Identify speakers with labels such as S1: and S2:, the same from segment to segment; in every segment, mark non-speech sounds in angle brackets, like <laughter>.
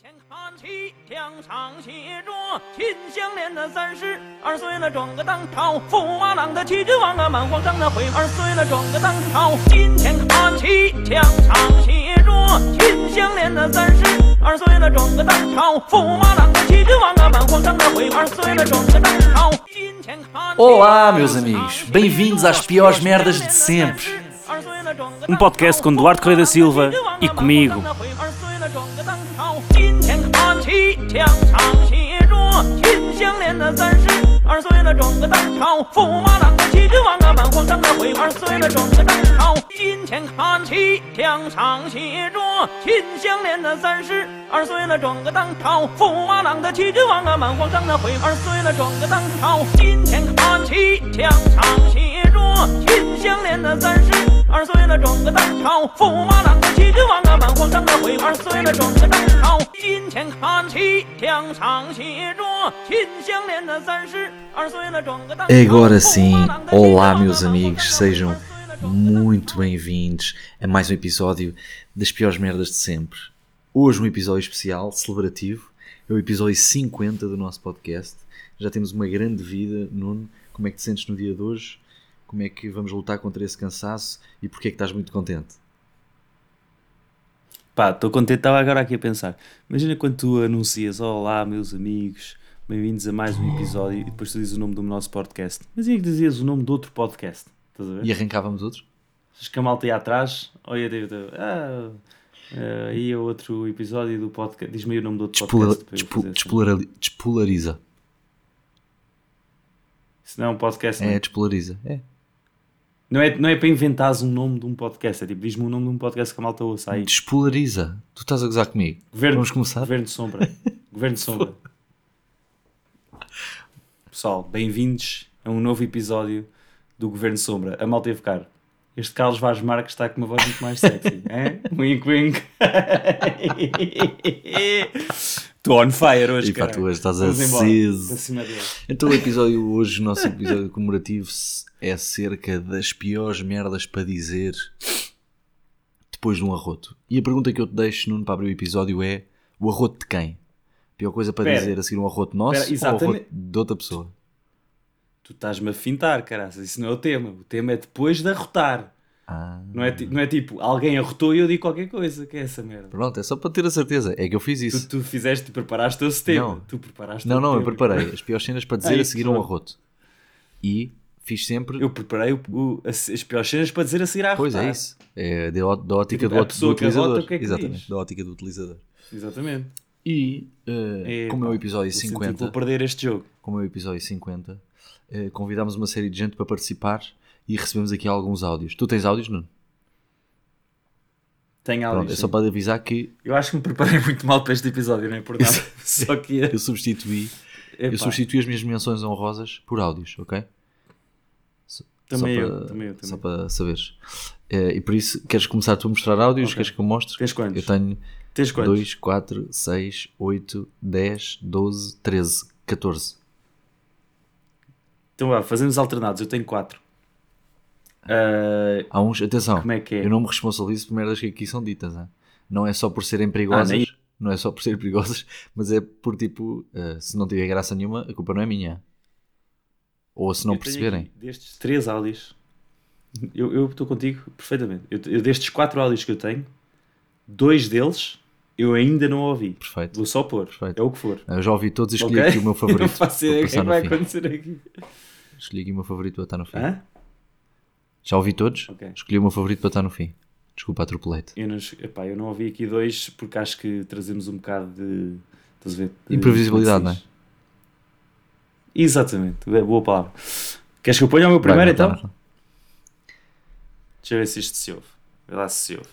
S1: 看齐墙上写着“秦香莲”的三十二岁了，转个当朝；驸马郎的齐君王啊，满皇上的回二岁了，转个当朝。今天看齐墙上写着“秦香莲”的三十二岁了，转个当朝；驸马郎的齐君王啊，满皇上的回二岁了，转个当朝。今天看齐
S2: Olá, meus amigos. Bem-vindos às piores merdas de sempre.
S3: Um podcast com Duarte Correia da Silva e comigo.
S1: 啊
S2: Agora sim, olá, meus amigos. Sejam muito bem-vindos a mais um episódio das piores merdas de sempre. Hoje, um episódio especial, celebrativo. É o episódio 50 do nosso podcast. Já temos uma grande vida, Nuno. Como é que te sentes no dia de hoje? Como é que vamos lutar contra esse cansaço? E porquê é que estás muito contente?
S3: Pá, estou contente, estava agora aqui a pensar. Imagina quando tu anuncias: Olá, meus amigos, bem-vindos a mais um episódio, e depois tu dizes o nome do nosso podcast. Mas e é que dizias o nome do outro podcast? Estás a ver?
S2: E arrancávamos outro?
S3: Achas que a malta ia atrás? Ou ia ter. Ah, ah, aí é outro episódio do podcast. Diz-me aí o nome do outro
S2: Despula-
S3: podcast. para eu
S2: despu-
S3: fazer assim.
S2: despolari- Despolariza.
S3: Se não é um podcast.
S2: É, despolariza. É.
S3: Não, é, não é para inventares um nome de um podcast. É tipo, diz-me o nome de um podcast que a malta ouça aí.
S2: Despolariza. Tu estás a gozar comigo.
S3: Governo,
S2: Vamos começar?
S3: Governo de Sombra.
S2: <laughs>
S3: Governo de Sombra. Pessoal, bem-vindos a um novo episódio do Governo de Sombra. A malta ia ficar. Este Carlos Vaz Marques está com uma voz muito
S2: <laughs>
S3: mais sexy. hein? Wink, wink. <laughs> Estou on fire hoje,
S2: E pá,
S3: caralho.
S2: tu hoje estás
S3: Vamos embora.
S2: aceso.
S3: Acima dele.
S2: Então o episódio hoje, o nosso episódio comemorativo se- é acerca das piores merdas para dizer depois de um arroto. E a pergunta que eu te deixo, Nuno, para abrir o episódio é o arroto de quem? A pior coisa para
S3: Espera.
S2: dizer a seguir um arroto nosso ou
S3: Espera,
S2: um arroto
S3: exatamente.
S2: de outra pessoa?
S3: Tu estás-me a fintar, caraças. Isso não é o tema. O tema é depois de arrotar.
S2: Ah,
S3: Não é, ti- não é tipo, alguém arrotou e eu digo qualquer coisa. Que é essa merda?
S2: pronto, é só para ter a certeza. É que eu fiz
S3: Tu,
S2: isso.
S3: tu fizeste, preparaste o sistema.
S2: Não.
S3: Tu preparaste
S2: Não,
S3: o
S2: não, eu
S3: tema.
S2: preparei as piores cenas para dizer
S3: Aí,
S2: a seguir um
S3: pronto.
S2: arroto. E fiz sempre...
S3: Eu preparei o, o- as, as piores cenas para dizer a seguir à
S2: Pois é
S3: rotar.
S2: isso. É da ó- da ótica
S3: Tipo,
S2: do,
S3: a
S2: ot- do
S3: pessoa que
S2: utilizador.
S3: adota, o que é que
S2: Exatamente,
S3: diz?
S2: da ótica do utilizador.
S3: Exatamente.
S2: E eh,
S3: É,
S2: como é o episódio
S3: Eu senti que
S2: 50,
S3: Vou perder este jogo.
S2: como é o episódio 50, eh, convidámos uma série de gente para participar e recebemos aqui alguns áudios. Tu tens áudios, Nuno?
S3: Tenho áudios.
S2: Pronto, é só
S3: sim.
S2: para te avisar que
S3: Eu acho que me preparei muito mal para este episódio, não é por nada. <laughs> só que.
S2: eu substituí,
S3: epá,
S2: eu substituí as minhas menções honrosas por áudios, ok? Só-
S3: Também
S2: só
S3: eu,
S2: para-
S3: também eu, também
S2: Só
S3: eu.
S2: para saberes. Eh, e por isso, queres começar tu a mostrar áudios?
S3: Ok.
S2: Queres que eu mostre?
S3: Tens quantos?
S2: Eu tenho
S3: Tens quantos?
S2: 2, 4, 6, 8, 10, 12, 13, 14.
S3: Então vá, fazemos alternados. Eu tenho quatro. Ah,
S2: Há uns, atenção,
S3: como é que é?
S2: eu não me responsabilizo por merdas que aqui são ditas. Né? Não é só por serem perigosas,
S3: Ah, nem-
S2: não é só por serem perigosas, mas é por tipo, eh, se não tiver graça nenhuma, a culpa não é minha. Ou se não
S3: Eu tenho
S2: perceberem.
S3: aqui Destes três áudios, eu eu estou contigo perfeitamente. Eu, eu destes quatro áudios que eu tenho, dois deles eu ainda não ouvi.
S2: Perfeito.
S3: Vou só pôr.
S2: Perfeito.
S3: É o que for.
S2: Eu já ouvi todos e escolhi
S3: Ok?
S2: aqui
S3: <laughs>
S2: o meu favorito.
S3: Não faço
S2: vou
S3: ideia o que
S2: passar
S3: é que
S2: no
S3: vai
S2: fim.
S3: acontecer aqui.
S2: Escolhi aqui o meu favorito para estar no fim.
S3: Hã?
S2: Já ouvi todos?
S3: Ok.
S2: Escolhi o meu favorito para estar no fim. Desculpa, atropelei-te.
S3: Eu não, epá, eu não ouvi aqui dois porque acho que trazemos um bocado de. Estás a ver? De-
S2: Imprevisibilidade,
S3: como é que se diz? Exatamente, é boa palavra. Queres que eu ponha o meu primeiro
S2: Vai,
S3: então?
S2: Natália.
S3: Deixa eu ver se isto se ouve. Vê lá se se ouve.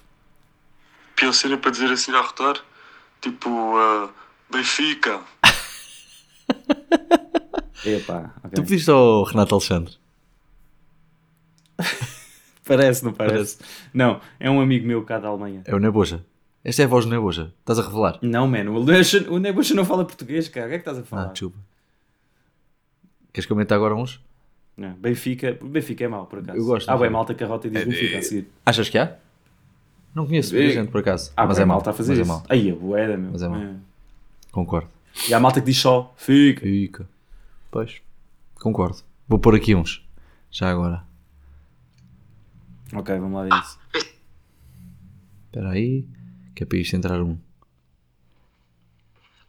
S4: pior cena para dizer assim a rotar, tipo ah, Benfica.
S3: Epá, ok.
S2: Tu pediste ao Renato Alexandre.
S3: Parece, não parece? Não, é um amigo meu cá da Alemanha.
S2: É o Neboja. Esta é a voz do Neboja. Estás a revelar.
S3: Não, mano, o Nebuchadnezzar o Nebuchadnezzar não fala português, cara. O que é que estás a
S2: Ah,
S3: falar?
S2: desculpa. Queres comentar agora uns?
S3: Não, Benfica, Benfica é mau, por acaso.
S2: Eu gosto,
S3: Ah,
S2: não
S3: bem,
S2: sei.
S3: malta carrota e diz Benfica a seguir.
S2: Achas que há? Não conheço muita
S3: É-
S2: gente por acaso.
S3: Ah,
S2: mas
S3: bué
S2: é mal.
S3: malta a fazer
S2: mas
S3: isso.
S2: é mal.
S3: Aí, a boeda, meu.
S2: Mas é mau. Concordo.
S3: E há malta que diz só, fica.
S2: Ica. Pois. Concordo. Vou pôr aqui uns. Já agora.
S3: Ok, vamos lá ver
S2: Ah,
S3: isso.
S2: Espera aí. Que é para isto entrar um.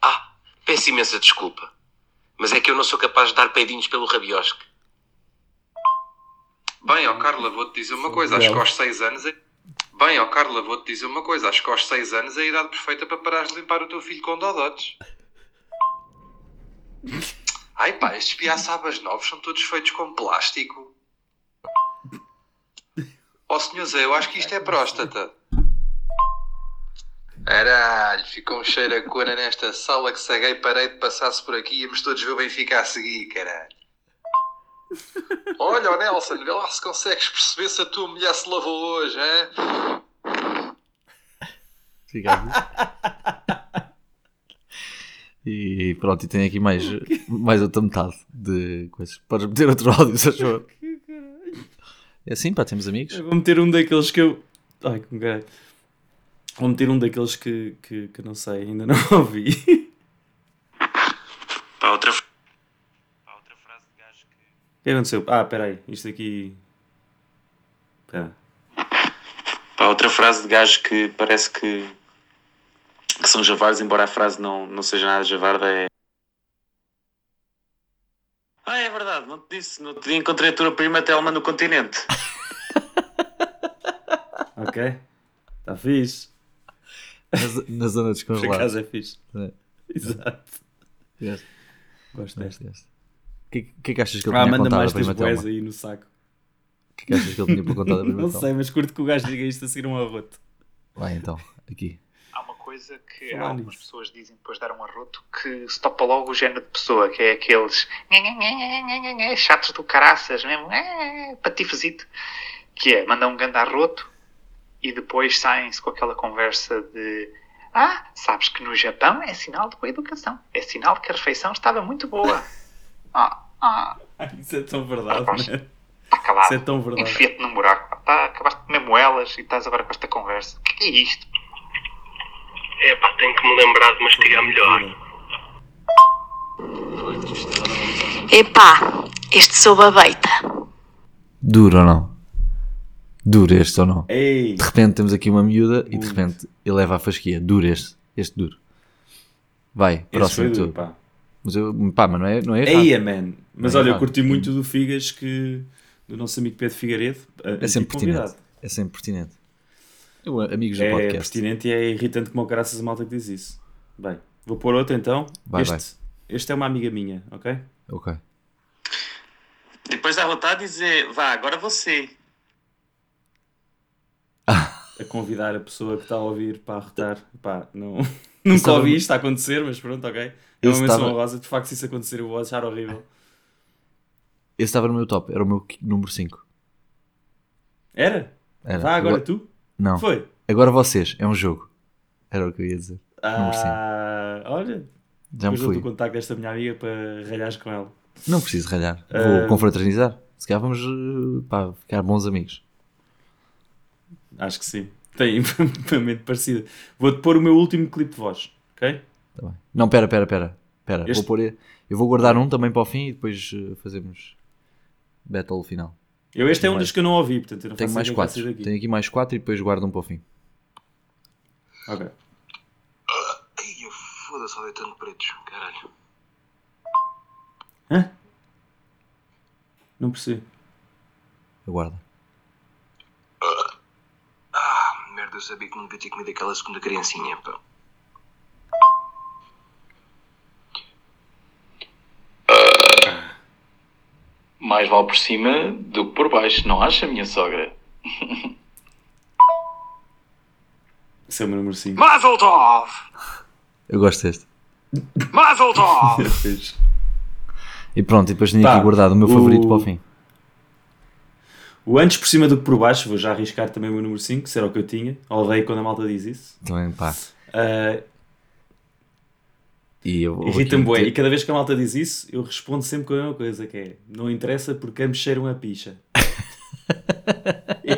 S5: Ah, peço imensa desculpa. Mas é que eu não sou capaz de dar peidinhos pelo rabiosque.
S6: Bem, ó Carla, vou-te dizer uma coisa. Acho que aos 6 anos é... Bem, ó Carla, vou-te dizer uma coisa. Acho que aos 6 anos é a idade perfeita para parares de limpar o teu filho com dodotes. Ai pá, estes piaçabas novos são todos feitos com plástico. Ó senhor Zé, eu acho que isto é próstata. Caralho, ficou um cheiro a cura nesta sala que saguei, parei de passar-se por aqui e íamos todos ver o Benfica a seguir, caralho. Olha, ó Nelson, vê lá se consegues perceber se a tua mulher se lavou hoje, hein?
S2: Obrigado. <laughs> E pronto, e tenho aqui mais, mais outra metade de coisas. Podes meter outro áudio, se achas
S3: <laughs>
S2: favor. É assim, pá, temos amigos.
S3: Eu vou meter um daqueles que eu. Ai, que caralho. Vou meter um daqueles que, que, que eu não sei, ainda não <laughs> ouvi.
S4: Pá, outra f-
S3: O que aconteceu? Ah, peraí, isto aqui. Pera.
S4: Pá, outra frase de gajo que parece que, que são javardos, embora a frase não, não seja nada javarda, é. Ah, é verdade, não te disse, não te dia encontrei a tua prima Telma no continente.
S3: Ok? Está fixe.
S2: Na, zo- <laughs> na zona dos
S3: Por
S2: congelados.
S3: acaso é fixe.
S2: É.
S3: Exato.
S2: Gosto,
S3: Gosto
S2: gosto,
S3: desta.
S2: gosto. O que, que é que achas que ele
S3: Ah,
S2: tinha a
S3: manda
S2: contar
S3: mais
S2: da
S3: teus
S2: prima Telma?
S3: boés
S2: O
S3: aí no saco.
S2: que é que achas que ele tinha para
S3: <laughs>
S2: contar da prima
S3: Não
S2: Telma?
S3: sei, mas curto que o gajo diga isto a seguir um arroto. <laughs>
S2: Vai então, aqui.
S7: Há uma coisa que
S3: Falar
S7: algumas
S3: nisso.
S7: pessoas dizem depois de dar um arroto que se topa logo o género de pessoa, que é aqueles chatos do caraças mesmo, patifesito, que é mandam um grande arroto e depois saem-se com aquela conversa de ah, sabes que no Japão é sinal de boa educação, é sinal de que a refeição estava
S3: <laughs>
S7: muito boa. Ah, ah,
S3: Ai, Isso é tão verdade,
S7: Rapaz.
S3: né?
S7: está
S3: Isso é
S7: calado.
S3: tão verdade.
S7: Enfia-te num buraco. pá. Tá, acabaste de comer moelas e estás agora com esta conversa. O que é isto?
S5: É pá, tenho que me lembrar de mastigar
S8: Epá, este sou babeita.
S2: Duro ou não? Duro este ou não?
S3: Ei!
S2: De repente temos aqui uma miúda e de
S3: Muito.
S2: repente ele leva a fasquia. Duro este. Este duro. Vai,
S3: Esse foi
S2: próximo
S3: duro,
S2: tu.
S3: pá.
S2: Mas eu, pá, mas não é, não é errado.
S3: Eia, man. Mas
S2: Não é
S3: olha, eu
S2: errado.
S3: curti muito do Figas que. do nosso amigo Pedro Figueiredo. tipo
S2: É sempre pertinente. É sempre pertinente. Eu, amigos do
S3: É
S2: podcast.
S3: pertinente e é irritante como o caraças a malta que diz isso. Bem, vou pôr outro então.
S2: Vai,
S3: este,
S2: vai.
S3: este é uma amiga minha, ok?
S2: Ok.
S4: Depois da rotada, dizer, vá, agora você.
S3: A convidar a pessoa que está a ouvir para arrotar. Pá, não, <laughs> nunca ouvi isto a acontecer, mas pronto, ok. É
S2: Eu
S3: uma menção
S2: estava-
S3: honrosa. De facto, se isso acontecer, eu vou achar horrível.
S2: Esse estava no meu top. Era o meu qui- número 5.
S3: Era?
S2: Era.
S3: Vá, Ah, agora, tu?
S2: Não.
S3: Foi?
S2: Agora vocês. É um jogo. Era o que eu ia dizer.
S3: Ah, olha.
S2: Já me
S3: Depois dou-te o
S2: fui.
S3: contacto desta minha amiga para ralhares com ela.
S2: Não preciso ralhar.
S3: Ah.
S2: Vou confraternizar. Se calhar vamos eh, pá, ficar bons amigos.
S3: Acho que sim. Tem <laughs> equipamento parecido. Vou-te pôr o meu último clipe de voz, ok?
S2: Tá bem. Não, pera, pera, pera. pera.
S3: Este-
S2: Vou pôr, e- eu vou guardar um também para o fim e depois eh, fazemos battle final.
S3: Eu este é um
S2: Vai.
S3: dos que eu não ouvi, portanto eu não
S2: Tenho
S3: faço
S2: mais
S3: ideia qual
S2: quatro.
S3: seja
S2: Tenho aqui mais quatro e depois guardo um para o fim.
S3: daqui. Ok.
S5: Ai, eu foda-se, odeio tanto pretos, caralho.
S3: Hã? Não percebi.
S2: Eu guardo.
S5: Ah, merda, eu sabia que não devia ter comido aquela segunda criancinha, pá.
S7: Mais vale por cima do que por baixo, não acha, minha sogra?
S3: Esse é o meu número 5.
S7: Mazel Tov!
S2: Eu gosto deste.
S7: Mazel Tov!
S5: <laughs>
S2: E pronto, e depois tenho
S3: Pá,
S2: aqui guardado o meu
S3: o-
S2: favorito para o fim.
S3: o antes por cima do que por baixo, vou já arriscar também o meu número 5, será o que eu tinha. Odeio quando a malta diz isso.
S2: Também, pá.
S3: Ah,
S2: E eu vou aqui
S3: Irrita-me bué. E
S2: meter-
S3: cada vez que a malta diz isso, eu respondo sempre com a mesma coisa, que é não interessa porque ambos cheiram
S2: <laughs>
S3: a picha. <laughs> Ah,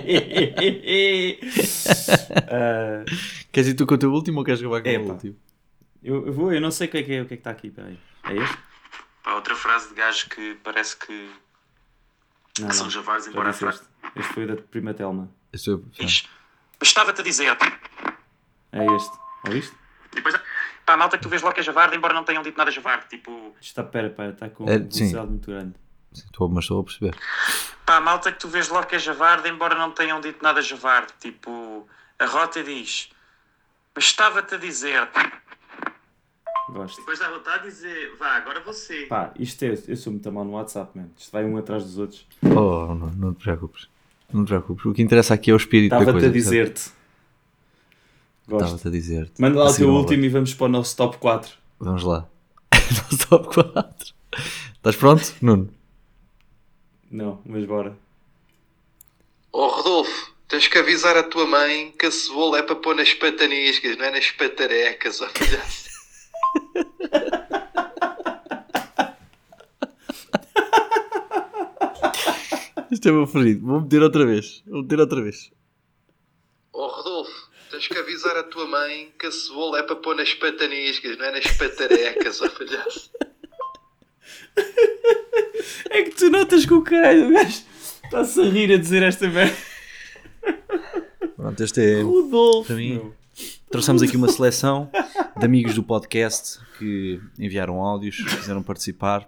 S3: Ah,
S2: Queres ir tu com o teu último ou queres acabar com
S3: É,
S2: o
S3: pá.
S2: último?
S3: Eu, eu vou, eu não sei o que é que é, o que é que está aqui, peraí. É este?
S4: Pá, outra frase de gajo que parece que
S3: Não,
S4: São
S3: não.
S4: Javares,
S3: Já
S4: embora a
S3: disse
S4: frase.
S3: este. Este foi o da prima Telma.
S2: Este é o-
S4: diz. Mas estava-te a dizer.
S3: É este. Ouviste?
S4: E Depois, pá, a malta que tu vês logo que é Javarde, embora não tenham dito nada Javarde. Tipo,
S3: Está, tá, pera, pera, está com um
S2: É,
S3: velocidade
S2: sim.
S3: muito grande.
S2: Estou, mas estou a perceber.
S4: pá, a malta que tu vês logo que é Javarde, embora não tenham dito nada Javarde. Tipo, a Rota diz. Mas estava-te a dizer.
S3: Gosto.
S4: Depois ela está a dizer. Vá, agora você.
S3: Pá, isto é, eu sou muito mal no WhatsApp, mano. Isto vai um atrás dos outros.
S2: Oh, não, não te preocupes. Não te preocupes. O que interessa aqui é o espírito da
S3: Estava-te
S2: coisa.
S3: a dizer-te. Gosto.
S2: Estava-te a dizer. assim,
S3: Manda lá o teu último e vamos para o nosso top 4.
S2: Vamos lá. <laughs> Nosso top 4. Estás pronto, Nuno?
S3: Não, mas bora.
S6: Oh Rodolfo, tens que avisar a tua mãe que a cebola é para pôr nas pataniscas, não é nas patarecas. ó.
S2: Isto é o meu favorito. Vou meter outra vez. Vou meter outra vez.
S6: oh Rodolfo, tens que avisar a tua mãe que a cebola é para pôr nas pataniscas, não é nas patarecas. <laughs> ó palhaço.
S3: É que tu notas que o caralho o gajo está-se a rir a dizer esta merda.
S2: Pronto, este é.
S3: Rodolfo.
S2: Para mim-
S3: meu.
S2: Trouxemos aqui uma seleção de amigos do podcast que enviaram áudios, quiseram participar.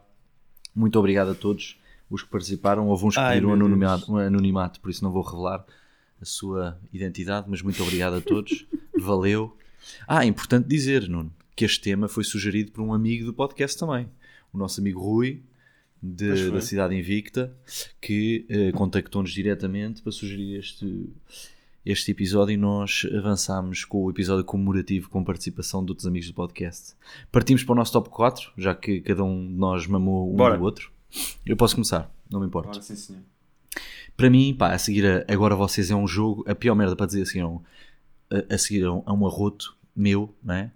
S2: Muito obrigado a todos os que participaram. Houve uns que
S3: Ai,
S2: pediram
S3: meu
S2: anonimato, um anonimato, por isso não vou revelar a sua identidade, mas muito obrigado a todos. Valeu. Ah, é importante dizer, Nuno, que este tema foi sugerido por um amigo do podcast também. O nosso amigo Rui, de-
S3: Pois foi.
S2: da Cidade Invicta, que eh, contactou-nos diretamente para sugerir este, este episódio e nós avançámos com o episódio comemorativo com participação de outros amigos do podcast. Partimos para o nosso top 4, já que cada um de nós mamou um
S3: Bora.
S2: do outro. Eu posso começar, não me importo.
S3: Agora sim, senhor.
S2: Para mim, pá, a seguir a, agora vocês é um jogo, a pior merda para dizer assim é um, a, a seguir a um, a um arroto meu, né?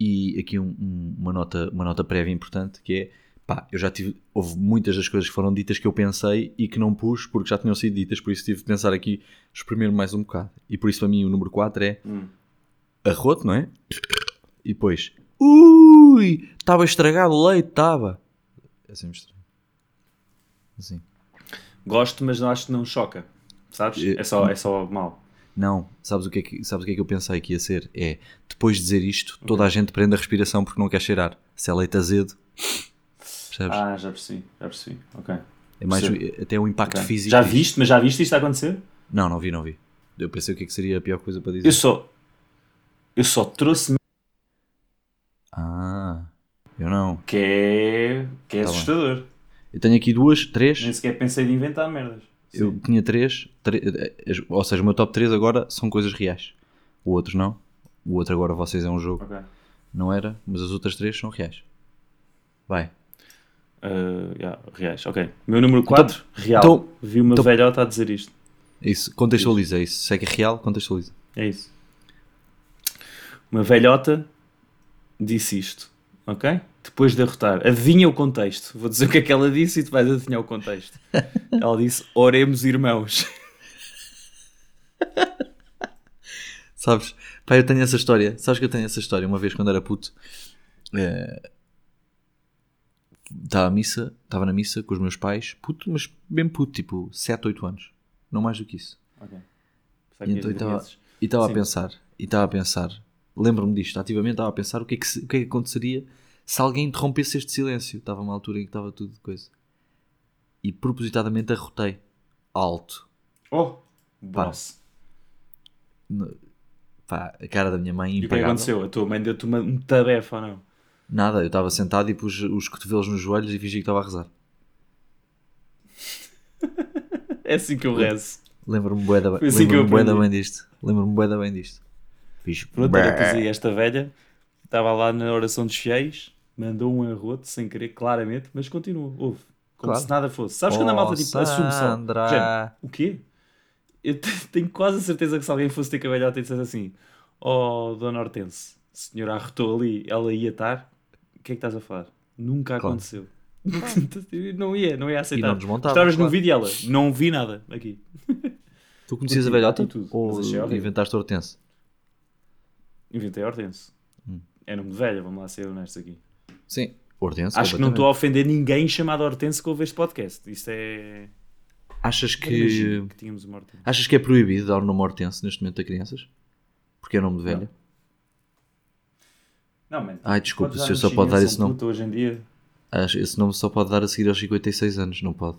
S2: E aqui um- um- uma, nota, uma nota prévia importante que é pá, eu já tive, houve muitas das coisas que foram ditas que eu pensei e que não pus porque já tinham sido ditas, por isso tive de pensar aqui, exprimir mais um bocado. E por isso para mim o número 4 é
S3: Hum.
S2: arroto, não é? E depois, ui, estava estragado o leite, estava. É sempre estranho. Assim.
S3: Gosto, mas não acho que não choca. Sabes?
S2: Eh,
S3: É só, é só mal.
S2: Não, sabes o que é que, sabes o que, é que eu pensei que ia ser? É, depois de dizer isto, toda a gente prende a respiração porque não quer cheirar. Se é leite azedo, percebes?
S3: Ah, já percebi, já percebi. Ok.
S2: é mais
S3: sim.
S2: o- até o impacto
S3: ok.
S2: físico. é
S3: Já
S2: disto.
S3: viste, mas já viste isto a acontecer?
S2: Não, não vi, não vi. Eu pensei o que é que seria a pior coisa para dizer.
S3: Eu só. Eu só trouxe.
S2: Ah, eu não.
S3: Que é. Que é
S2: Tá bem.
S3: assustador.
S2: Eu tenho aqui duas,
S3: Nem
S2: três.
S3: sequer pensei de inventar merdas.
S2: Eu
S3: Sim.
S2: tinha três, tre- eh, eh, Ou seja, o meu top três agora são coisas reais. O outro não. O outro agora vocês é um jogo.
S3: Ok.
S2: Não era, mas as outras três são reais. Vai.
S3: Ah, yeah, reais, ok. Meu número 4, real.
S2: então-
S3: Vi uma
S2: então-
S3: velhota a dizer isto.
S2: Isso, contextualiza isso. Se é que é real, contextualiza.
S3: É isso. Uma velhota disse isto, ok? Depois de derrotar. Adivinha o contexto. Vou dizer o que é que ela disse e tu vais adivinhar
S2: <laughs>
S3: o contexto. ela disse, oremos irmãos.
S2: Sabes? Pá, eu tenho essa história. Sabes que eu tenho essa história? Uma vez quando era puto, eh, estava à missa, estava na missa com os meus pais, puto, mas bem puto, tipo 7, 8 anos, não mais do que isso.
S3: Ok. é
S2: E então eu estava- E estava a
S3: Sim.
S2: pensar, e estava a pensar, lembro-me disto, ativamente estava a pensar o que, é que, se- o que é que aconteceria se alguém interrompesse este silêncio. Estava uma altura em que estava tudo de coisa. E propositadamente arrotei alto.
S3: Oh, boss.
S2: Pá, a cara da minha mãe
S3: E o que é que
S2: impagável.
S3: aconteceu? A tua mãe deu-te uma, um tabefa ou não?
S2: Nada, eu estava sentado e pus os cotovelos nos joelhos e fingi que estava a rezar.
S3: É assim que eu rezo.
S2: Lembro-me bué da,
S3: Foi assim que eu
S2: lembro-me bué da
S3: aprendi.
S2: bem disto. Lembro-me bué da bem disto. Fiz
S3: Pronto, olha, pois aí, esta velha estava lá na oração dos fiéis, mandou um arroto sem querer, claramente, mas continua, ouve, como
S2: Claro.
S3: se nada fosse. Sabes quando a malta tipo, assume só?
S2: Sandra.
S3: Género, o quê? Eu te- <laughs> tenho quase a certeza que se alguém fosse ter que a velhota e dissesse assim: Oh, Dona Hortense, a senhora arrotou ali, ela ia estar, o que é que estás a falar? Nunca
S2: Claro.
S3: aconteceu. <laughs> não ia, não ia aceitar.
S2: E não desmontava,
S3: Estavas no
S2: claro.
S3: vídeo e ela, não vi nada aqui.
S2: Tu conhecias a
S3: Curti a
S2: velhota?
S3: atitude, mas assim,
S2: Ou
S3: achei horrível.
S2: inventaste hortense? Hum.
S3: Inventei a Hortense. É nome de velha, vamos lá ser honestos aqui.
S2: Sim, Hortense.
S3: Acho que não estou a
S2: completamente.
S3: ofender ninguém chamado Hortense que ouve este podcast. Isto é.
S2: Achas
S3: Eu não imagino
S2: que.
S3: que tínhamos uma Hortense.
S2: Achas que é proibido dar o nome Hortense neste momento a crianças? Porque é nome de velha?
S3: Não, mano.
S2: Ai, desculpa,
S3: Quantos
S2: o senhor só
S3: anos
S2: pode dar
S3: tinha
S2: esse
S3: São
S2: nome?
S3: um Puto Hoje em dia.
S2: Acho- Esse nome só pode dar a seguir aos 56 anos, não pode.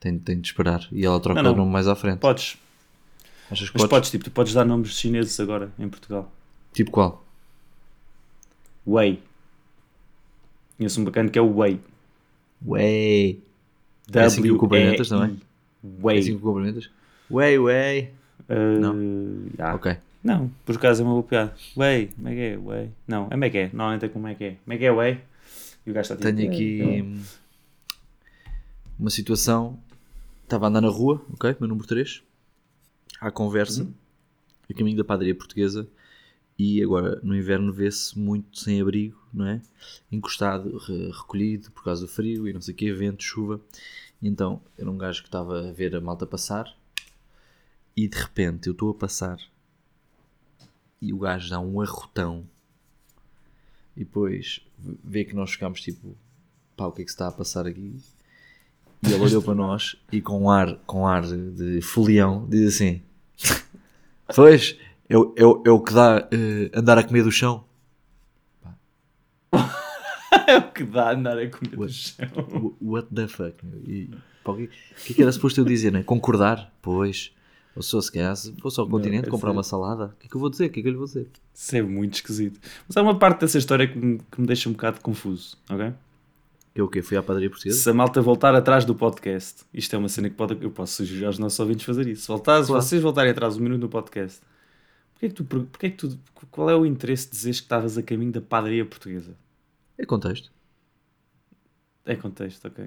S2: Tem, tem de esperar. E ela troca
S3: Não, não.
S2: o nome mais à frente.
S3: Podes,
S2: Achas que
S3: mas
S2: podes?
S3: podes, tipo, tu podes dar nomes chineses agora em Portugal.
S2: Tipo qual?
S3: Wei. Conheço um bacana que é o Wei.
S2: Ué. É assim que o cumprimentas
S3: W-E-I.
S2: também? É
S3: Wei.
S2: assim que cumprimentas? Ué, ué.
S3: Ah, ah,
S2: Ok.
S3: Não, por acaso é uma boa piada. Wei, como é que é? Wei. Não, é Megué. Normalmente é como é que é. Megué, Wei. E o gajo está tipo,
S2: Tenho aqui hum, uma situação. Estava a andar na rua, ok? Meu número 3. À conversa, a caminho da padaria portuguesa. E agora, no inverno, vê-se muito sem abrigo, não é? Encostado, re- recolhido por causa do frio e não sei o quê, vento, chuva. E então, era um gajo que estava a ver a malta passar. E de repente, eu estou a passar. E o gajo dá um arrotão e depois vê que nós ficámos tipo, pá, o que é que se está a passar aqui? E ele olhou para nós e com um ar, com ar de folião diz assim: <laughs> Pois, é, o- é, o- é o que dá eh, andar a comer do chão.
S3: É o que dá andar a comer do
S2: Ué.
S3: chão.
S2: Wh- What the fuck? meu? E, pá, o que, o que é que era suposto eu dizer, né? Concordar? Pois, ou só se calhar, se fosse ao continente
S3: é
S2: comprar
S3: sério.
S2: uma salada, o que é que eu vou dizer? O que é que eu lhe vou dizer?
S3: Isso é muito esquisito. Mas há uma parte dessa história que me, que me deixa um bocado confuso, ok?
S2: Que Eu o quê? Fui à padaria portuguesa?
S3: Se a malta voltar atrás do podcast, isto é uma cena que pode, eu posso sugerir aos nossos ouvintes fazer isso. Se, voltar, se
S2: Claro.
S3: vocês voltarem atrás um minuto no podcast, porquê é que tu, per- porquê é que tu, qual é o interesse de dizeres que estavas a caminho da padaria portuguesa?
S2: É contexto.
S3: É contexto,
S2: É
S3: ok.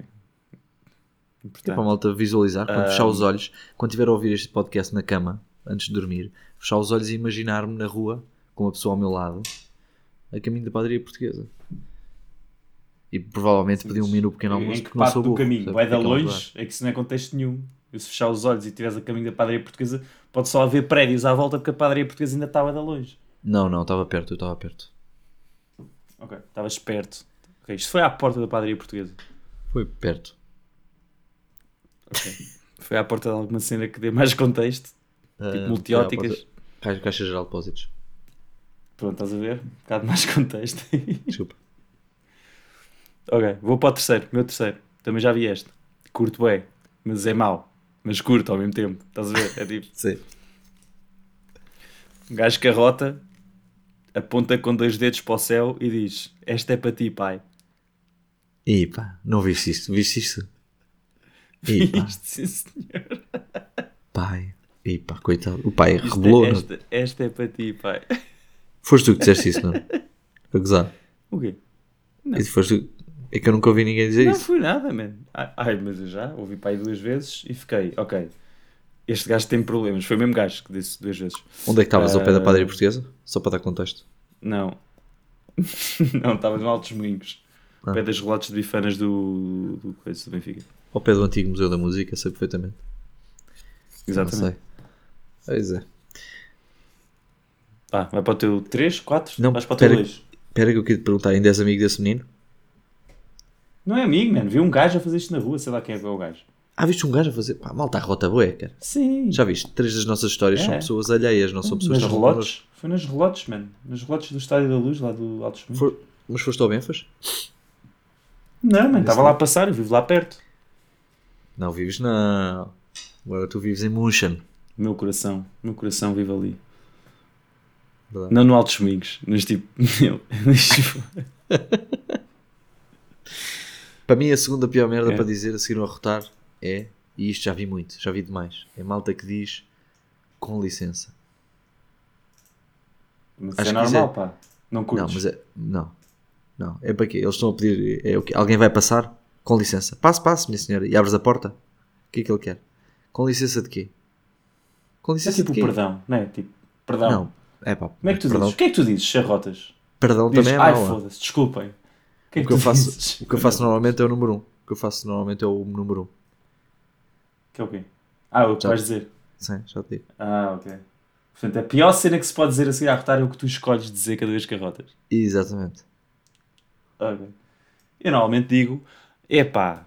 S3: Importante.
S2: para Tipo, a malta visualizar, quando
S3: Ah.
S2: fechar os olhos, quando tiver a ouvir este podcast na cama, antes de dormir, fechar os olhos e imaginar-me na rua, com uma pessoa ao meu lado, a caminho da padaria portuguesa. E provavelmente pedir um menu pequeno almoço
S3: em que
S2: porque não
S3: parte
S2: sou
S3: do
S2: burro.
S3: caminho?
S2: sabe?
S3: Vai da
S2: Aquele
S3: longe? É que isso não é contexto nenhum. Eu, se fechar os olhos e estiveres a caminho da padaria portuguesa, pode só haver prédios à volta porque a padaria portuguesa ainda estava da longe.
S2: lugar. Não, não, estava perto, eu estava perto.
S3: Ok, estavas perto. Ok, isto foi à porta da padaria portuguesa.
S2: Foi perto.
S3: Foi à porta de alguma cena que dê mais contexto. Tipo
S2: Ah,
S3: multióticas.
S2: foi à porta- Caixa, caixa Geral de Depósitos.
S3: Pronto, estás a ver? Um bocado mais <laughs> contexto. <laughs>
S2: Desculpa.
S3: ok, vou para o terceiro. Meu terceiro. Também já vi este. Curto bem, mas é mau. Mas curto ao mesmo tempo. Estás a ver? É tipo...
S2: Sim.
S3: Um gajo carrota, aponta com dois dedos para o céu e diz: Esta é para ti, pai.
S2: E pá, não viste isto? Viste isto? E pá,
S3: <laughs> Isto, sim, senhor.
S2: pai. E pá, coitado. O pai
S3: Isto
S2: rebolou.
S3: é,
S2: não-
S3: esta, esta é para ti, pai.
S2: Foste tu que disseste isso, não? é? A gozar.
S3: O quê?
S2: Isso foste- É que eu nunca ouvi ninguém dizer
S3: não
S2: isso.
S3: fui nada, mano. Ai, ai, mas eu já ouvi pai duas vezes e fiquei: Ok, este gajo tem problemas. Foi o mesmo gajo que disse duas vezes.
S2: Onde é que estavas ao pé da
S3: Ah.
S2: padaria portuguesa? Só para dar contexto.
S3: Não, <laughs> não, estava no Altos Moinhos.
S2: Ah.
S3: ao Pé das relatos de bifanas do, do coisa do Benfica.
S2: Ao pé do antigo Museu da Música, sei perfeitamente. Não sei.
S3: Exatamente.
S2: Pois é.
S3: Pá, vai para o teu 3, 4?
S2: Não,
S3: vais para o teu
S2: espera
S3: 2.
S2: Espera que eu queria te perguntar, ainda és amigo desse menino?
S3: Não é amigo, mano. Vi um gajo a fazer isto na rua, sei lá quem é que é o gajo.
S2: Ah, viste um gajo a fazer... Pá, malta, a rota boa, cara.
S3: Sim.
S2: Já viste, três das nossas histórias
S3: É.
S2: são pessoas alheias, não são pessoas...
S3: Nos
S2: que estavam
S3: relotes? Foi nos relotes, mano. Nos relotes do Estádio da Luz, lá do Altos
S2: connosco.
S3: Moinhos.
S2: For- Mas foste ao Benfas?
S3: Não, mano. Estava lá a passar, eu vivo lá perto.
S2: Não vives, não. Agora tu vives em Munchen.
S3: Meu coração. Meu coração vive ali.
S2: Verdade.
S3: Não no Altos Moinhos. Mas tipo... <laughs> meu,
S2: Para mim, a segunda pior merda
S3: É.
S2: para dizer a seguir ao rotar é, e isto já vi muito, já vi demais, é malta que diz com licença.
S3: mas
S2: Acho
S3: é
S2: que
S3: normal,
S2: isso é-
S3: pá. Não curtes.
S2: Não, mas é. Não. Não. É para quê? Eles estão a pedir. É o quê? Alguém vai passar? Com licença. Passe, passe, minha senhora. E abres a porta? O que é que ele quer? Com licença de quê? Com
S3: Isso é
S2: licença
S3: tipo
S2: de quê?
S3: perdão, não é? Tipo, perdão.
S2: Não. É pá.
S3: Como é que tu
S2: perdão,
S3: dizes? O que é que tu dizes, charrotas?
S2: Perdão
S3: Dizes,
S2: também é
S3: ai
S2: mau.
S3: foda-se, desculpem. O que é
S2: O
S3: que,
S2: que, eu
S3: tu
S2: faço,
S3: dizes?
S2: o que eu faço normalmente é o número 1. Um. O que eu faço normalmente é o número 1. Um.
S3: Que é o quê? Ah, o que
S2: Já.
S3: vais dizer.
S2: Sim, já te digo.
S3: Ah, ok. Portanto, a pior cena que se pode dizer a seguir a rotar é o que tu escolhes dizer cada vez que arrotas.
S2: Exatamente.
S3: Ok. Eu normalmente digo, epá.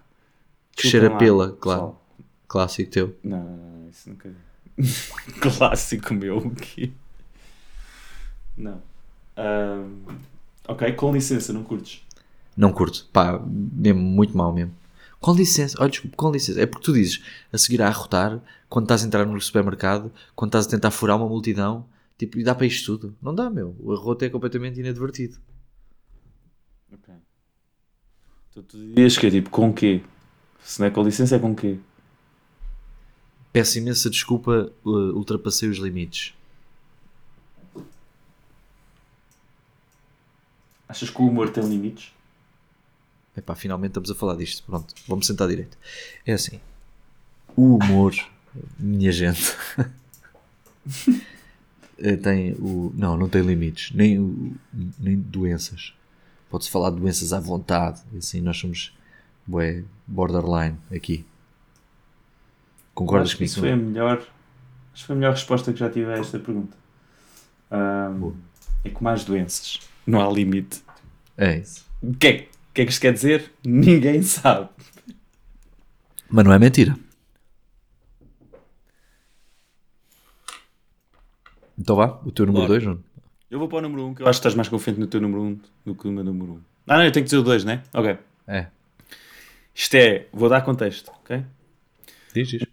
S2: Descer a
S3: desculpem lá,
S2: pila, claro.
S3: pessoal."
S2: Clássico teu.
S3: Não, não, não, isso nunca. <laughs> Clássico meu, o quê? Não. Ahm, ok, com licença, não curtes.
S2: Não curto. Pá, mesmo muito mal mesmo. Com licença, olha, desculpa, com licença. É porque tu dizes a seguir a arrotar, quando estás a entrar no supermercado, quando estás a tentar furar uma multidão, tipo, e dá para isto tudo. Não dá, meu. O arroto é completamente inadvertido.
S3: Ok. Então tu dirias que é tipo, com quê? Se não é com licença, é com quê?
S2: Peço imensa desculpa, uh, ultrapassei os limites.
S3: Achas que o humor tem limites?
S2: Epá, finalmente estamos a falar disto. Pronto, vamos sentar direito. É assim. O humor, minha gente. <laughs> eh, tem o. Não, não tem limites. Nem, o- nem doenças. Pode-se falar de doenças à vontade. e Assim, nós somos. Bué, borderline aqui. Concordas
S3: Acho que isso
S2: comigo?
S3: foi a melhor. Acho que foi a melhor resposta que já tive a esta pergunta. Ahm,
S2: Boa.
S3: é com mais doenças. Não há limite.
S2: É isso.
S3: O que é, o que é que isto quer dizer? Ninguém sabe.
S2: Mas não é mentira. Então vá, o teu número
S3: Bora.
S2: 2, Nuno.
S3: Eu vou para o número 1, um, que eu acho que estás mais confiante no teu número 1 um do que no meu número 1. Um. Ah, não, eu tenho que dizer o 2, né? Ok.
S2: É.
S3: Isto é. Vou dar contexto, ok?
S2: Diz, diz.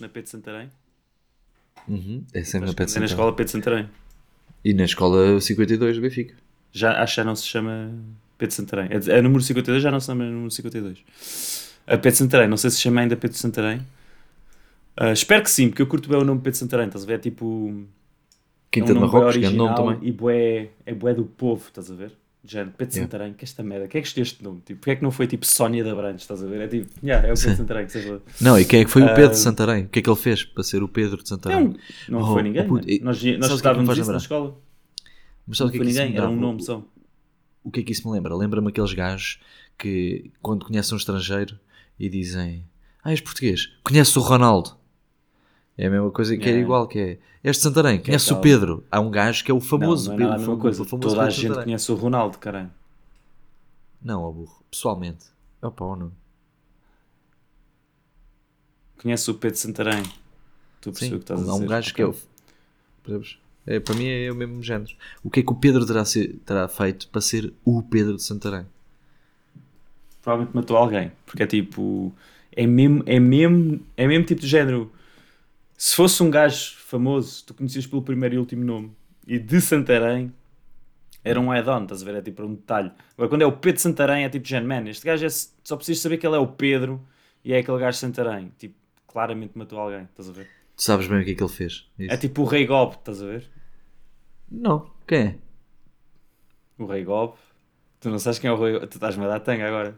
S3: Na P de Santarém.
S2: Uhum. É sempre
S3: Acho
S2: na
S3: que
S2: Pet
S3: andei na
S2: Center.
S3: escola P de Santarém.
S2: E na escola 52 do Benfica.
S3: Já, acho que já não se chama P de Santarém. É, A, de- a número 52 já não se chama número 52. A P de Santarém, não sei se chama ainda P de Santarém. Ah, espero que sim, porque eu curto bem o nome P de Santarém. Estás a ver? É tipo.
S2: Quinta é de
S3: um nome
S2: Marrocos,
S3: bué
S2: grande nome
S3: original
S2: também.
S3: E bué, é bué do povo, estás a ver? De Género, Pedro
S2: Yeah.
S3: Santarém, que esta merda, quem é que escolheu este nome? Tipo, porque é que não foi tipo Sónia da Brandes, estás a ver? É tipo, yeah, é o Pedro Santarém que seja.
S2: Não, e quem é que foi o Pedro
S3: Ah, É um-
S2: de Santarém? O que é que ele fez para ser o Pedro de Santarém?
S3: Não, não
S2: Oh,
S3: foi ninguém.
S2: oh puto,
S3: né?
S2: e-
S3: Nós,
S2: sabes o que é
S3: nós
S2: que me
S3: estávamos
S2: faz
S3: isso na
S2: lembrar?
S3: escola.
S2: Mas
S3: Não
S2: sabe o que é
S3: foi
S2: que isso me
S3: ninguém, era um
S2: lembrava?
S3: nome só.
S2: O que é que isso me lembra? Lembra-me aqueles gajos que, quando conhecem um estrangeiro e dizem: Ah, és português, conhece o Ronaldo. É a mesma coisa que era
S3: Yeah.
S2: igual, que é. És de Santarém, conhece o
S3: tal?
S2: Pedro. Há um gajo que é o famoso
S3: não, não é
S2: Pedro.
S3: nada a mesma
S2: fam-
S3: coisa.
S2: o famoso
S3: Toda a
S2: Pedro de
S3: gente
S2: Santarém.
S3: conhece o Ronaldo, caralho.
S2: Não, ó burro, pessoalmente. Opa, ó, não.
S3: Conhece o Pedro Santarém.
S2: Sim,
S3: Tu percebes o que estás a
S2: há
S3: dizer.
S2: um gajo
S3: ok.
S2: que é o. percebes? É, para mim é o mesmo género. O que é que o Pedro terá, ser- terá feito para ser o Pedro de Santarém?
S3: provavelmente matou alguém, porque é tipo, é mesmo, é mesmo, é mesmo tipo de género. Se fosse um gajo famoso, tu conhecias pelo primeiro e último nome, e de Santarém, era um add-on, estás a ver? É tipo um detalhe. Agora, quando é o Pedro de Santarém, é tipo de género, man, este gajo é, só precisas saber que ele é o Pedro e é aquele gajo de Santarém. Tipo, claramente matou alguém, estás a ver?
S2: Tu sabes bem o que é que ele fez? Isso.
S3: É tipo o Rei Gob, estás a ver?
S2: Não, quem é?
S3: O Rei Gob. Tu não sabes quem é o Rei Gob. Tu estás-me a dar tanga agora.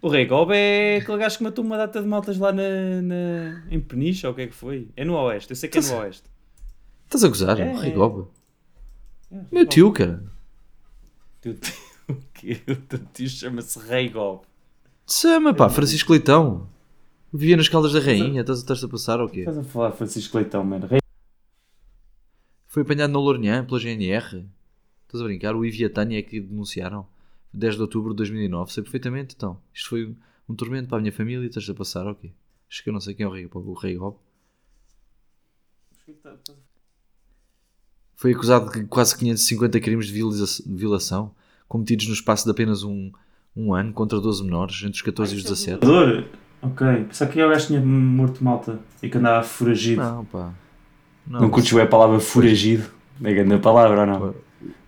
S3: O Rei Gob é aquele gajo que matou uma data de maltas lá na, na- em Peniche, ou o que é que foi? É no Oeste, eu sei que é no Oeste.
S2: Estás a gozar?
S3: É,
S2: o
S3: é.
S2: Rigoba.
S3: É, Rei
S2: Meu
S3: Gob.
S2: tio, cara.
S3: Teu tio- <laughs> O quê? O teu tio chama-se Rei Gob.
S2: Sama,
S3: É,
S2: pá, Francisco Leitão. Vivia nas Caldas da Rainha, estás estás a passar ou quê?
S3: Estás a falar de Francisco Leitão, mano. Rei...
S2: Foi apanhado na Lourinhã pela GNR. Estás a brincar? O Iviatani é que denunciaram. 10 de outubro de 2009, sei perfeitamente, então. Isto foi um- um tormento para a minha família e estás a passar ou quê? Acho que eu não sei quem é o Rei, o Rei Rob. Foi acusado de quase 550 crimes de violiza- de violação, cometidos no espaço de apenas um, um ano, contra 12 menores, entre os 14 e os 17.
S3: Dor? Ok, pensava que o gajo tinha morto malta e que andava foragido. Não,
S2: Não, pá.
S3: não curtes bem a palavra foragido? É grande a palavra ou não?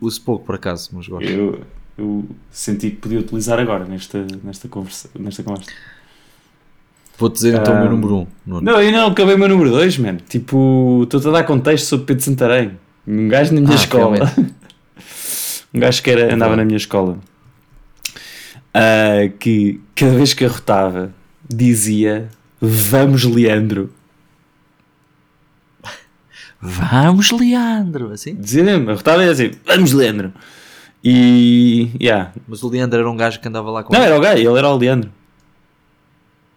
S2: Uso pouco, por acaso, mas gosto.
S3: Eu, eu senti que podia utilizar agora nesta, nesta, conversa, nesta conversa.
S2: Vou dizer então o meu
S3: Ah,
S2: número 1. Um, Nuno.
S3: Não, eu não acabei o meu número 2, mano. Tipo, estou-te a dar contexto sobre Pedro Santarém. Um gajo na minha
S2: Ah,
S3: escola. <laughs> um gajo que era, andava na minha escola. Ah, que cada vez que arrotava dizia Vamos, Leandro.
S2: Vamos, Leandro! Assim?
S3: Dizia mesmo, arrotava e dizia assim, Vamos, Leandro. E. Yeah.
S2: Mas o Leandro era um gajo que andava lá com.
S3: Não, era o gajo, ele era o Leandro.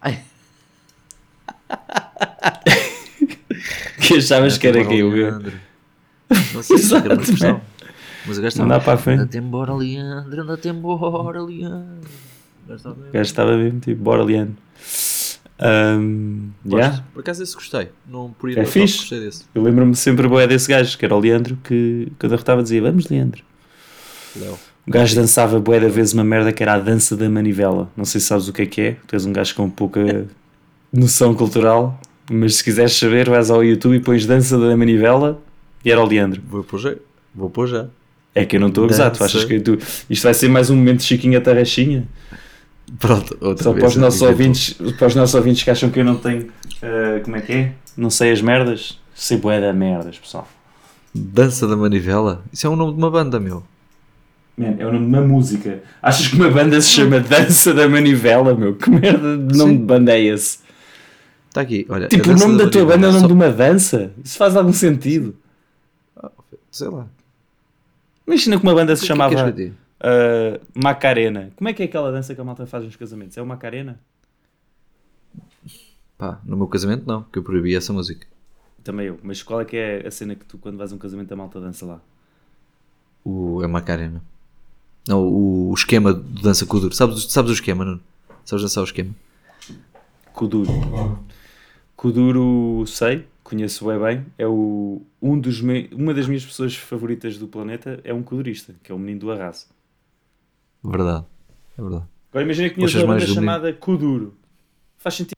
S3: <laughs>
S2: Ai.
S3: Que achavas que era
S2: Tem
S3: é que eu.
S2: bora,
S3: eu-
S2: tipo Leandro. Não sei se é uma
S3: Exato,
S2: expressão.
S3: né?
S2: Mas o gajo
S3: Não dá
S2: estava.
S3: para a frente.
S2: Anda-te embora, Leandro, anda-te embora, Leandro. O gajo estava
S3: O
S2: mesmo-
S3: gajo estava mesmo tipo, bora, Liano. Ahm, yeah.
S2: Por acaso esse gostei. Não por ir
S3: É
S2: ao top,
S3: fixe.
S2: gostei desse.
S3: Eu lembro-me sempre boé desse gajo, que era o Leandro, que quando eu retava dizia, vamos, Leandro.
S2: Léo.
S3: O gajo dançava bué da vez uma merda que era a dança da manivela. Não sei se sabes o que é que é. Tu és um gajo com pouca noção cultural. Mas se quiseres saber, vais ao YouTube e pões dança da manivela e era o Leandro.
S2: Vou pôr já. Vou pôr já.
S3: É que eu não estou a gozar. Tu
S2: Dança.
S3: achas que tu... isto vai ser mais um momento de Chiquinha Tarrachinha?
S2: Pronto, outra
S3: Só
S2: vez.
S3: para os, nossos
S2: Inventou.
S3: ouvintes, para os nossos ouvintes que acham que eu não tenho... eh, como é que é? Não sei as merdas? Sei bué da merdas, pessoal.
S2: Dança da Manivela? Isso é o nome de uma banda, meu.
S3: Man, é o nome de uma música. Achas que uma banda se chama Dança da Manivela, meu? Que merda de nome de banda é esse?
S2: Está Tá aqui, olha. a
S3: Tipo, o
S2: Dança
S3: nome da, tua
S2: Manivela.
S3: banda é o nome
S2: Só-
S3: de uma dança? Isso faz algum sentido?
S2: Sei lá.
S3: Imagina que uma banda se
S2: O que é que
S3: chamava
S2: queres que eu diga?
S3: ah, Macarena. Como é que é aquela dança que a malta faz nos casamentos? É o Macarena?
S2: Pá, no meu casamento não, que eu proibi essa música.
S3: Também eu. Mas qual é que é a cena que tu, quando vais a um casamento, a malta dança lá?
S2: O, é a Macarena. Não, o, o esquema de dança com o duro. Sabes, sabes o esquema, Nuno? Sabes dançar o esquema?
S3: Kuduro. Kuduro, sei, conheço bem bem. É o, um dos me- uma das minhas pessoas favoritas do planeta. É um kudurista, que é o menino do arraso.
S2: Verdade. É verdade.
S3: Agora imagina que tinhas
S2: Achas
S3: uma banda
S2: mais do menino?
S3: chamada Kuduro. Faz sentido.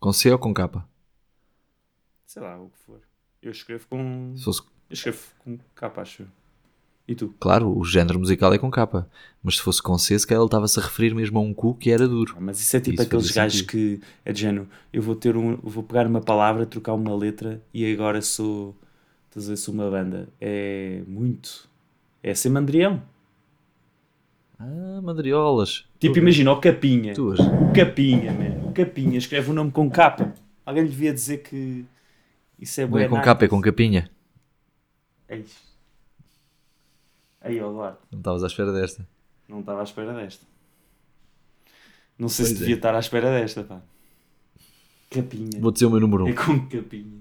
S2: Com C ou com K?
S3: Sei lá, o que for. Eu escrevo com.
S2: Se fosse,
S3: Eu escrevo com capa, acho. eu. E tu?
S2: claro, o género musical é com K. Mas se fosse com C, se calhar ele estava-se a referir mesmo a um cu que era duro.
S3: Ah, Mas isso é tipo
S2: Isso fazia
S3: aqueles gajos
S2: sentido.
S3: que é de género. Eu vou ter um, vou pegar uma palavra, trocar uma letra e agora sou, estás a ver, sou uma banda. É muito. É ser mandrião.
S2: Ah, mandriolas.
S3: Tipo, imagina o Capinha.
S2: Tuas.
S3: O Capinha, man. O Capinha escreve o nome com capa. Alguém lhe devia dizer que isso é
S2: Não
S3: boa.
S2: é com K, é com capinha.
S3: Aí, ó, Duarte.
S2: Não estavas à espera desta.
S3: Não estava à espera desta. Não sei
S2: Pois
S3: se
S2: é.
S3: devia estar à espera desta, pá. Capinha.
S2: Vou dizer o meu número 1.
S3: É com capinha.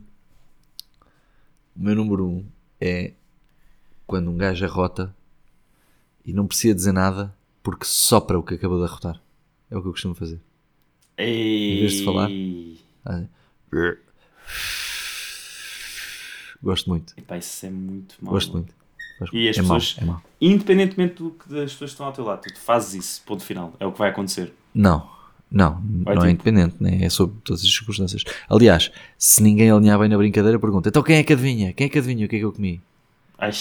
S2: O meu número um é quando um gajo arrota e não precisa dizer nada porque sopra o que acabou de arrotar. É o que eu costumo fazer.
S3: Em
S2: vez de falar. Gosto muito.
S3: Epá, isso é muito mau.
S2: Gosto muito. Gosto
S3: E
S2: muito.
S3: as
S2: é mau,
S3: pessoas-
S2: é mau.
S3: Independentemente do que das pessoas que estão ao teu lado, tu fazes isso, ponto final. É o que vai acontecer.
S2: Não. Não, não
S3: tipo-
S2: é independente, né? é sob todas as circunstâncias. Aliás, se ninguém alinhar bem na brincadeira, pergunta: então quem é que adivinha? Quem é que adivinha o que é que eu comi?
S3: Ai.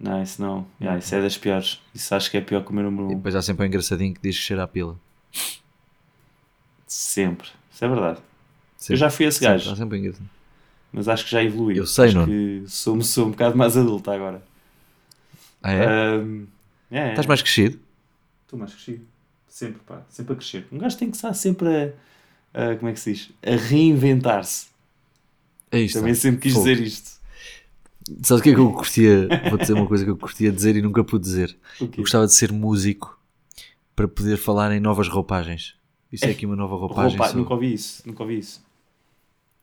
S3: Não, isso não. Yeah, isso é das piores. Isso acho que é pior que o meu número
S2: E
S3: 1.
S2: depois há sempre um engraçadinho que diz que cheira a pila.
S3: Sempre. Isso é verdade.
S2: Sempre.
S3: Eu já fui esse
S2: Sempre,
S3: gajo,
S2: há sempre um engraçadinho.
S3: mas acho que já evolui.
S2: Eu sei,
S3: acho
S2: Nuno.
S3: que sou, sou um bocado mais adulto agora.
S2: Ah, é?
S3: Ahm, é,
S2: Estás
S3: é.
S2: mais crescido?
S3: Estou mais crescido. Sempre, pá. Sempre a crescer. Um gajo tem que estar sempre a. a- como é que se diz? A reinventar-se.
S2: É isto.
S3: Também sempre quis
S2: Fogo.
S3: dizer isto.
S2: Sabes o que é que eu curtia? Vou dizer uma coisa que eu curtia dizer e nunca pude
S3: <laughs>
S2: dizer.
S3: O quê?
S2: Eu gostava de ser músico para poder falar em novas roupagens. Isso é aqui uma nova roupagem.
S3: Eh, Roupa-
S2: só-
S3: Nunca ouvi isso. Nunca ouvi isso.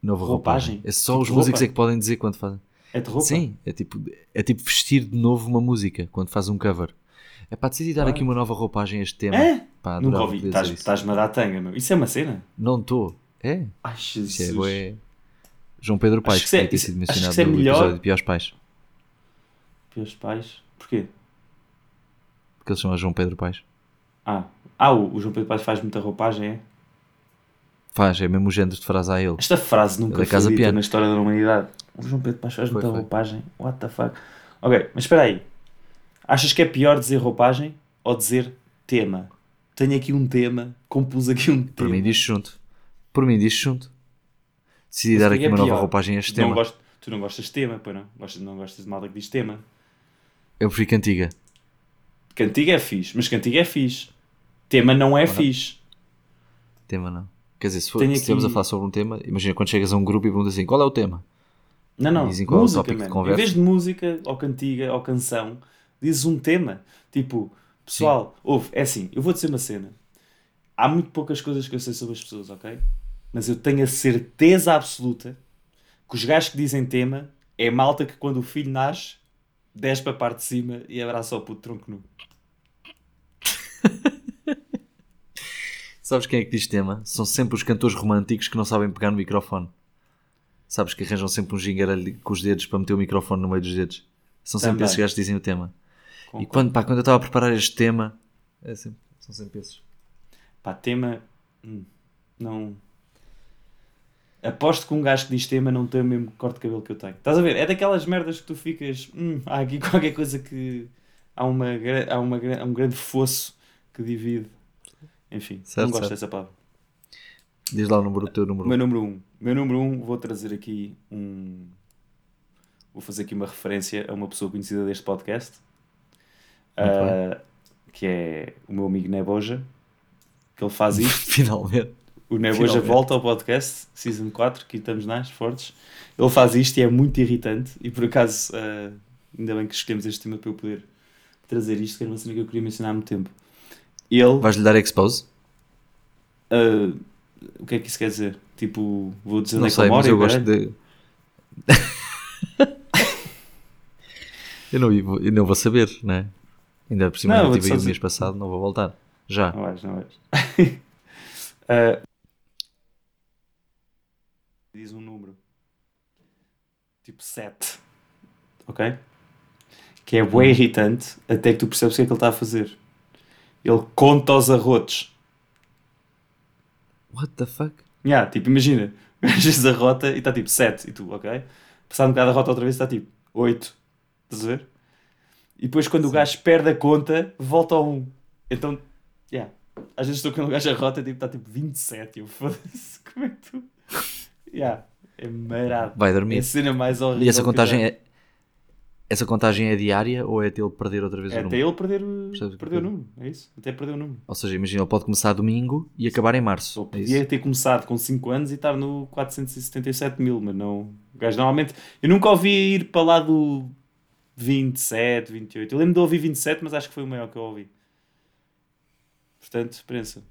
S2: Nova
S3: roupagem?
S2: roupagem. É só
S3: Tipo
S2: os músicos
S3: roupa?
S2: é que podem dizer quando fazem.
S3: É de roupa?
S2: Sim, é tipo, é tipo vestir de novo uma música quando faz um cover. É para decidi dar aqui uma nova roupagem a este tema.
S3: É?
S2: Pá,
S3: nunca
S2: adorava
S3: ouvi.
S2: poder
S3: Estás-
S2: dizer isso.
S3: Estás-me a dar tanga, meu. Isso é uma cena?
S2: Não estou. É?
S3: Ai,
S2: Isso é
S3: Jesus.
S2: bué. João Pedro Paes,
S3: que
S2: que
S3: isso é-
S2: vai ter
S3: isso-
S2: sido
S3: acho que
S2: mencionado
S3: isso é
S2: no
S3: melhor.
S2: episódio de Piores Pais.
S3: Meus pais. Porquê?
S2: Porque eles chamam João Pedro Paes.
S3: Ah, ah o, o João Pedro Paz faz muita roupagem, é?
S2: Faz, é mesmo o género de frase a ele.
S3: Esta frase
S2: É
S3: nunca
S2: da
S3: foi
S2: Casa
S3: dita
S2: Piano.
S3: na história da humanidade. O João Pedro Paz faz
S2: Foi,
S3: muita
S2: foi.
S3: roupagem. What the fuck? Ok, mas espera aí. Achas que é pior dizer roupagem ou dizer tema? Tenho aqui um tema, compus aqui um
S2: Por
S3: tema.
S2: mim diz junto. Por mim diz junto. Decidi
S3: Mas
S2: dar
S3: o que
S2: aqui
S3: é
S2: uma
S3: pior?
S2: nova roupagem a este
S3: Tu não
S2: tema.
S3: gost- tu não gostas de tema, pois não? Gostas, não gostas de malta que diz tema.
S2: Eu prefiro cantiga.
S3: Cantiga é fixe, mas cantiga é fixe. Tema não é fixe.
S2: Tema não. Quer dizer, se, for,
S3: Tenho
S2: se estivermos
S3: aqui-
S2: a falar sobre um tema, imagina quando chegas a um grupo e perguntas assim: qual é o tema?
S3: Não, não.
S2: Dizem qual é o
S3: música,
S2: tópico de
S3: man.
S2: conversa.
S3: Em vez de música, ou cantiga, ou canção, dizes um tema. Tipo, pessoal, ouve, é assim, eu vou dizer uma cena. Há muito poucas coisas que eu sei sobre as pessoas, ok? mas eu tenho a certeza absoluta que os gajos que dizem tema é malta que quando o filho nasce desce para a parte de cima e abraça o puto tronco nu.
S2: Sabes quem é que diz tema? São sempre os cantores românticos que não sabem pegar no microfone. Sabes que arranjam sempre um gingarelho com os dedos para meter o microfone no meio dos dedos. São sempre
S3: Também.
S2: esses gajos que dizem o tema. E
S3: Concordo.
S2: quando, pá, quando eu estava a preparar este tema, é sempre- são sempre esses.
S3: Pá, tema. hum, Não. Aposto que um gajo que diz tema não tem o mesmo corte de cabelo que eu tenho. Estás a ver? É daquelas merdas que tu ficas. Hum, há aqui <laughs> qualquer coisa que. Há, uma, gra- há, uma, gra- há um grande fosso que divide. Enfim,
S2: Certo,
S3: não gosto
S2: certo.
S3: dessa palavra.
S2: Diz lá o número, o teu
S3: O
S2: número.
S3: Meu número 1. Um. O Meu número 1, um, vou trazer aqui um. Vou fazer aqui uma referência a uma pessoa conhecida deste podcast, ah, que é o meu amigo Neboja, que ele faz
S2: <laughs>
S3: isto.
S2: Finalmente.
S3: O Neboja
S2: Finalmente.
S3: volta ao podcast, Season 4, que estamos nas fortes. Ele faz isto e é muito irritante. E por acaso, ah, ainda bem que escolhemos este tema para eu poder trazer isto, que era uma cena que eu queria mencionar há muito tempo. Ele.
S2: Vais-lhe dar expose?
S3: ah, o que é que isso quer dizer? Tipo, vou dizer
S2: Não
S3: onde é que eu
S2: sei,
S3: moro
S2: mas
S3: e
S2: eu
S3: o
S2: gosto
S3: caralho?
S2: de. <laughs> eu, não, vou- eu não vou saber, né? Ainda por cima
S3: Não,
S2: não,
S3: vou-te
S2: estive
S3: só
S2: aí o
S3: dizer-
S2: mês passado, não vou voltar. Já.
S3: Não vais, <laughs> não vais. Ah, diz um número. Tipo 7. Ok? Que é bem irritante até que tu percebes o que é que ele está a fazer. Ele conta os arrotos.
S2: What the fuck?
S3: Yeah, tipo, imagina, <laughs> gajas a rota e está tipo 7 e tu, ok? Passar um bocado a rota outra vez está tipo 8. Estás a ver? E depois quando o gajo perde a conta, volta ao 1. Então, yeah. Às vezes estou quando o gajo a rota tipo, está tipo 27 e eu <laughs> foda-se, como é que tu. Yeah, é marado.
S2: Vai
S3: É a
S2: dormir.
S3: cena mais horrível.
S2: E essa
S3: que
S2: contagem
S3: eu
S2: é. Essa contagem é diária ou é até ele perder outra vez
S3: já- é
S2: o
S3: até
S2: número?
S3: ele perder o,
S2: Percebes o que
S3: perder
S2: eu
S3: o
S2: quero
S3: número, é isso? Até perder o número.
S2: Ou seja, imagina, ele pode começar domingo e acabar em março.
S3: Só
S2: É isso?
S3: podia ter começado com 5 anos e estar no 477 mil, mas não. O gajo normalmente. Eu nunca ouvi ir para lá do 27, 28. Eu lembro de ouvir 27, mas acho que foi o maior que eu ouvi. Portanto, prensa.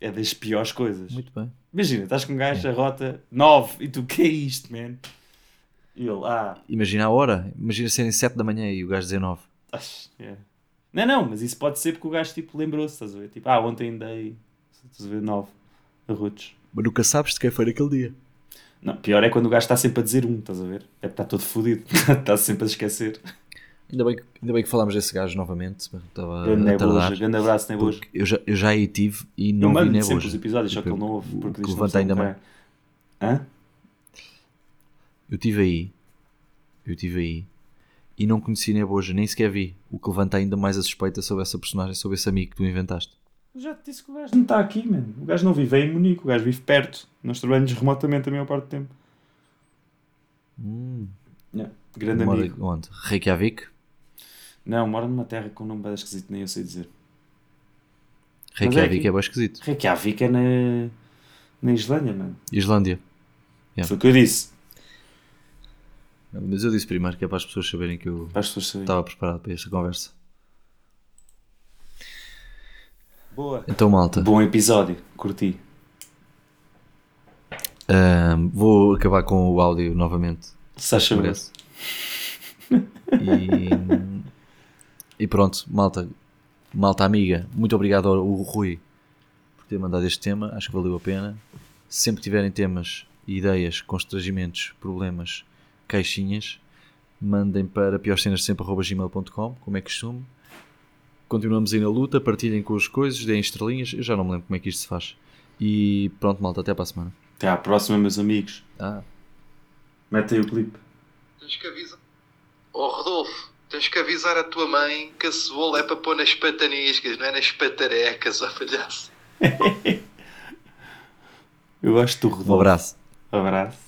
S3: É das piores coisas.
S2: Muito É. bem.
S3: Imagina, estás com um gajo a rota 9 e tu, que é isto, man? E ele, ah,
S2: Imagina a hora. Imagina serem 7 da manhã e o gajo 19.
S3: acho. é. Não, não, mas isso pode ser porque o gajo tipo, lembrou-se, estás a ver? Tipo, ah, ontem dei. Estás a ver? 9 arrotos.
S2: Mas nunca sabes de quem foi naquele dia.
S3: Não, pior é quando o gajo está sempre a dizer um, estás a ver? É porque está todo fodido, <laughs> está sempre a esquecer.
S2: Ainda bem que, ainda bem que falámos desse gajo novamente. Estava
S3: Grande
S2: a
S3: Neboja,
S2: Ah, é tardar.
S3: grande abraço, Neboja.
S2: Porque eu já, eu já aí tive e
S3: Eu
S2: não vi
S3: mando
S2: nem
S3: sempre os
S2: hoje.
S3: episódios, só que
S2: Tipo,
S3: ele não ouve,
S2: o
S3: porque
S2: que
S3: diz que é.
S2: levanta ainda mais.
S3: mais. Hã?
S2: Eu tive aí, eu tive aí e não conheci nem hoje, nem sequer vi. O que levanta ainda mais a suspeita sobre essa personagem, sobre esse amigo que tu inventaste.
S3: Eu Já te disse que o gajo não está aqui, mano. O gajo não vive é em Munique, o gajo vive perto. Nós trabalhamos remotamente a maior parte do tempo.
S2: Hum,
S3: Yeah. Grande
S2: mora
S3: amigo.
S2: onde? Reykjavik?
S3: Não, mora numa terra com um nome bem esquisito, nem eu sei dizer.
S2: Reykjavik
S3: aqui.
S2: é, bem esquisito.
S3: Reykjavik é na, na Islândia, mano.
S2: Islândia. Yeah.
S3: Foi o que eu disse,
S2: Mas eu disse primeiro que é para as pessoas saberem que eu
S3: para as pessoas saberem.
S2: estava preparado para esta conversa.
S3: Boa.
S2: Então, malta,
S3: Bom episódio, curti.
S2: ahm, vou acabar com o áudio novamente.
S3: Se achas bem.
S2: Parece. E, e pronto, malta, malta amiga, muito obrigado ao ao Rui por ter mandado este tema, acho que valeu a pena. Se sempre tiverem temas, ideias, constrangimentos, problemas, caixinhas, mandem para piorscenasdesempre.gmail.com, como é costume. Continuamos aí na luta, partilhem com as coisas, deem estrelinhas, eu já não me lembro como é que isto se faz. E pronto, malta, até para a semana.
S3: Até à próxima, meus amigos.
S2: Ah,
S3: Metem o clipe.
S6: Tens que avisar. Oh Rodolfo, tens que avisar a tua mãe que a cebola é para pôr nas pataniscas, não é nas patarecas, ó palhaço.
S3: Eu gosto do Rodolfo.
S2: um abraço.
S3: Abraço.